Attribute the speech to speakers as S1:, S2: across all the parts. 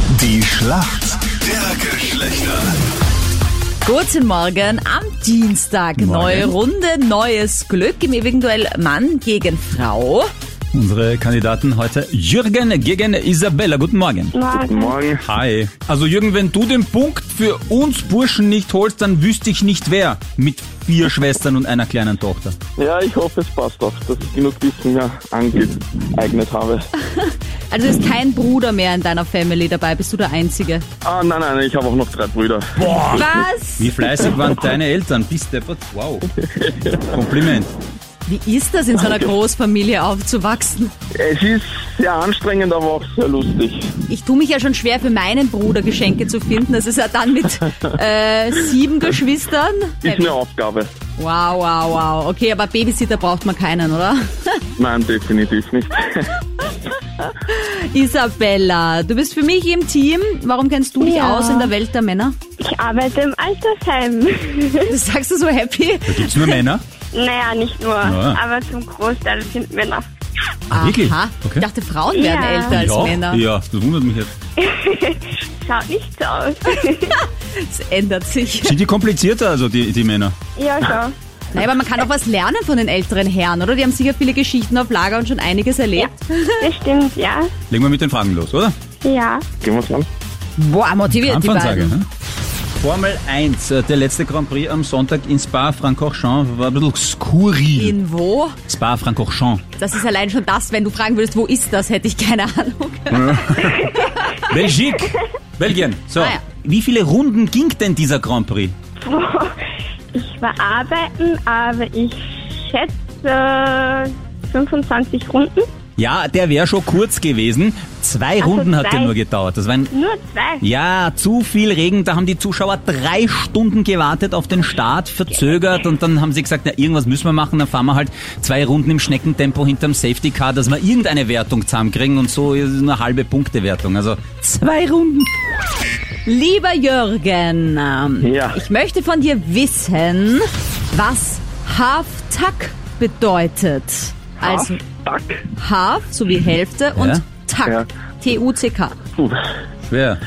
S1: Die Schlacht der Geschlechter.
S2: Guten Morgen am Dienstag.
S3: Morgen.
S2: Neue Runde, neues Glück im ewigen Duell Mann gegen Frau.
S3: Unsere Kandidaten heute Jürgen gegen Isabella. Guten Morgen.
S4: Morgen.
S5: Morgen.
S3: Hi. Also Jürgen, wenn du den Punkt für uns Burschen nicht holst, dann wüsste ich nicht wer. Mit vier Schwestern und einer kleinen Tochter.
S5: Ja, ich hoffe, es passt auch, dass ich genug Wissen mir angeeignet habe.
S2: Also ist kein Bruder mehr in deiner Family dabei, bist du der Einzige.
S5: Ah, nein, nein, ich habe auch noch drei Brüder.
S2: Was?
S3: Wie fleißig waren deine Eltern? Bist deppert. Wow. Kompliment.
S2: Wie ist das, in so einer Großfamilie aufzuwachsen?
S5: Es ist sehr anstrengend, aber auch sehr lustig.
S2: Ich tue mich ja schon schwer, für meinen Bruder Geschenke zu finden. Das ist ja dann mit äh, sieben Geschwistern.
S5: Ist eine Aufgabe.
S2: Wow, wow, wow. Okay, aber Babysitter braucht man keinen, oder?
S5: Nein, definitiv nicht.
S2: Isabella, du bist für mich im Team. Warum kennst du dich
S4: Ja.
S2: aus in der Welt der Männer?
S4: Ich arbeite im Altersheim.
S2: Das sagst du so happy.
S3: Da gibt's nur Männer.
S4: naja, nicht nur,
S3: Ja.
S4: aber zum Großteil sind Männer.
S3: Ah, wirklich?
S2: Aha.
S3: Okay.
S2: Ich dachte, Frauen werden
S4: Ja.
S2: älter als
S3: ja,
S2: Männer.
S3: ja, das wundert mich jetzt.
S4: Schaut nicht so aus.
S2: Es ändert sich.
S3: Sind die komplizierter, also die, die Männer?
S4: ja, schon.
S2: Naja, aber man kann auch was lernen von den älteren Herren, oder? Die haben sicher viele Geschichten auf Lager und schon einiges erlebt.
S4: Das stimmt, ja.
S3: Legen wir mit den Fragen los, oder?
S4: Ja.
S5: Gehen wir's an?
S2: Boah, motiviert die
S3: Anfangssage.
S2: beiden.
S3: Ne? Formel 1, äh, der letzte Grand Prix am Sonntag in Spa-Francorchamps war ein bisschen skurril.
S2: In wo?
S3: Spa-Francorchamps.
S2: Das ist allein schon das, wenn du fragen würdest, wo ist das, hätte ich keine Ahnung.
S3: Belgique, Belgien. So,
S2: Ah, ja.
S3: wie viele Runden ging denn dieser Grand Prix?
S4: Ich war arbeiten, aber ich schätze 25 Runden.
S3: Ja, der wäre schon kurz gewesen. Zwei
S2: Also
S4: Ach so,
S3: Runden hat der
S4: zwei.
S3: nur gedauert. Das war ein
S4: Nur zwei.
S3: ja, zu viel Regen, da haben die Zuschauer drei Stunden gewartet auf den Start, verzögert und dann haben sie gesagt, na irgendwas müssen wir machen, dann fahren wir halt zwei Runden im Schneckentempo hinterm Safety Car, dass wir irgendeine Wertung zusammenkriegen und so ist eine halbe Punktewertung. Also zwei Runden.
S2: Lieber Jürgen, ähm,
S5: Ja.
S2: ich möchte von dir wissen, was Half-Tack bedeutet. Also
S5: Tack.
S2: Half, so wie Hälfte, und
S3: Ja.
S2: Tack.
S5: Ja.
S2: T-U-C-K.
S5: Puh,
S3: Schwer.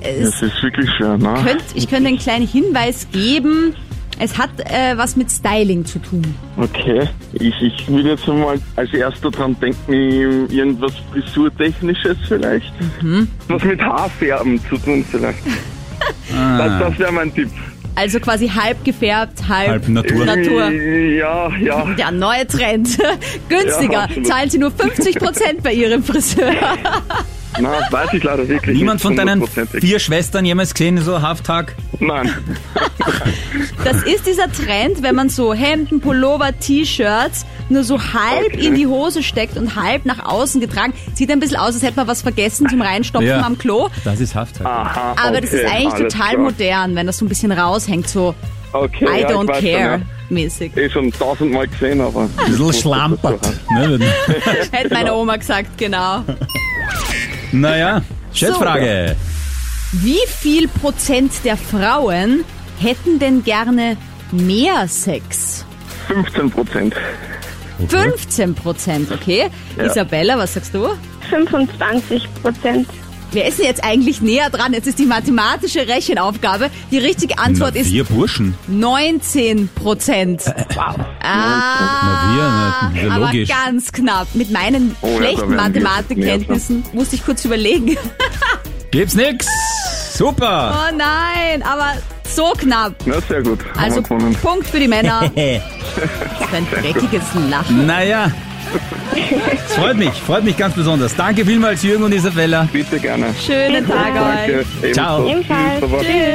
S5: das ist wirklich schwer, ne?
S2: Könnt, ich könnte einen kleinen Hinweis geben. Es hat äh, was mit Styling zu tun.
S5: Okay. Ich, ich will jetzt mal als erster dran denken, irgendwas Frisurtechnisches vielleicht.
S2: Mhm.
S5: Was mit Haarfärben zu tun vielleicht.
S3: Ah.
S5: Das, das wäre mein Tipp.
S2: Also quasi halb gefärbt, halb,
S3: Halb Natur.
S2: Natur.
S5: Ja, ja.
S2: Der neue Trend.
S5: Ja,
S2: Günstiger.
S5: absolut.
S2: Zahlen Sie nur 50% bei Ihrem Friseur.
S5: Na, weiß ich leider wirklich
S3: Niemand
S5: nicht
S3: von deinen
S5: hundertprozentig.
S3: vier Schwestern jemals gesehen, so Halftag?
S5: Nein.
S2: Das ist dieser Trend, wenn man so Hemden, Pullover, T-Shirts nur so halb
S5: Okay.
S2: in die Hose steckt und halb nach außen getragen. Sieht ein bisschen aus, als hätte man was vergessen zum Reinstopfen
S3: Ja.
S2: am Klo.
S3: Das ist Halftag.
S5: Aha,
S2: Aber das
S5: okay,
S2: ist eigentlich
S5: alles
S2: total
S5: klar.
S2: modern, wenn das so ein bisschen raushängt, so
S5: Okay,
S2: I
S5: ja, ich
S2: don't
S5: weiß
S2: care
S5: Schon,
S2: mäßig.
S5: ja. Eh schon tausendmal gesehen, aber.
S3: Ein bisschen schlampert. Ne?
S2: Hätte meine Oma gesagt, genau.
S3: Naja, Schätzfrage.
S2: Wie viel Prozent der Frauen hätten denn gerne mehr Sex?
S5: 15 Prozent.
S2: 15 Prozent, okay. Isabella, was sagst du?
S4: 25 Prozent.
S2: Wer ist denn jetzt eigentlich näher dran? Jetzt ist die mathematische Rechenaufgabe. Die richtige Antwort
S3: Na,
S2: ist
S3: wir Äh, Burschen.
S2: 19 Prozent.
S4: Wow.
S2: Ah,
S3: Na, wir, ne,
S2: aber
S3: logisch.
S2: ganz knapp. Mit meinen
S5: Oh ja, da
S2: schlechten
S5: wären wir
S2: Mathematikkenntnissen
S3: ne?
S2: musste ich kurz überlegen.
S3: Gibt's nix. Super.
S2: Oh nein, aber so knapp.
S5: Na, sehr gut. Haben
S2: Also
S5: wir gewonnen.
S2: Punkt für die Männer. Das ist ein dreckiges Lachen.
S3: Naja. Es freut mich, freut mich ganz besonders. Danke vielmals, Jürgen und Isabella.
S5: Bitte gerne.
S2: Schönen Tag euch.
S5: Danke.
S3: Ciao.
S5: ebenso. Tschüss,
S2: Ebenfalls.
S5: Baba.
S2: Tschüss.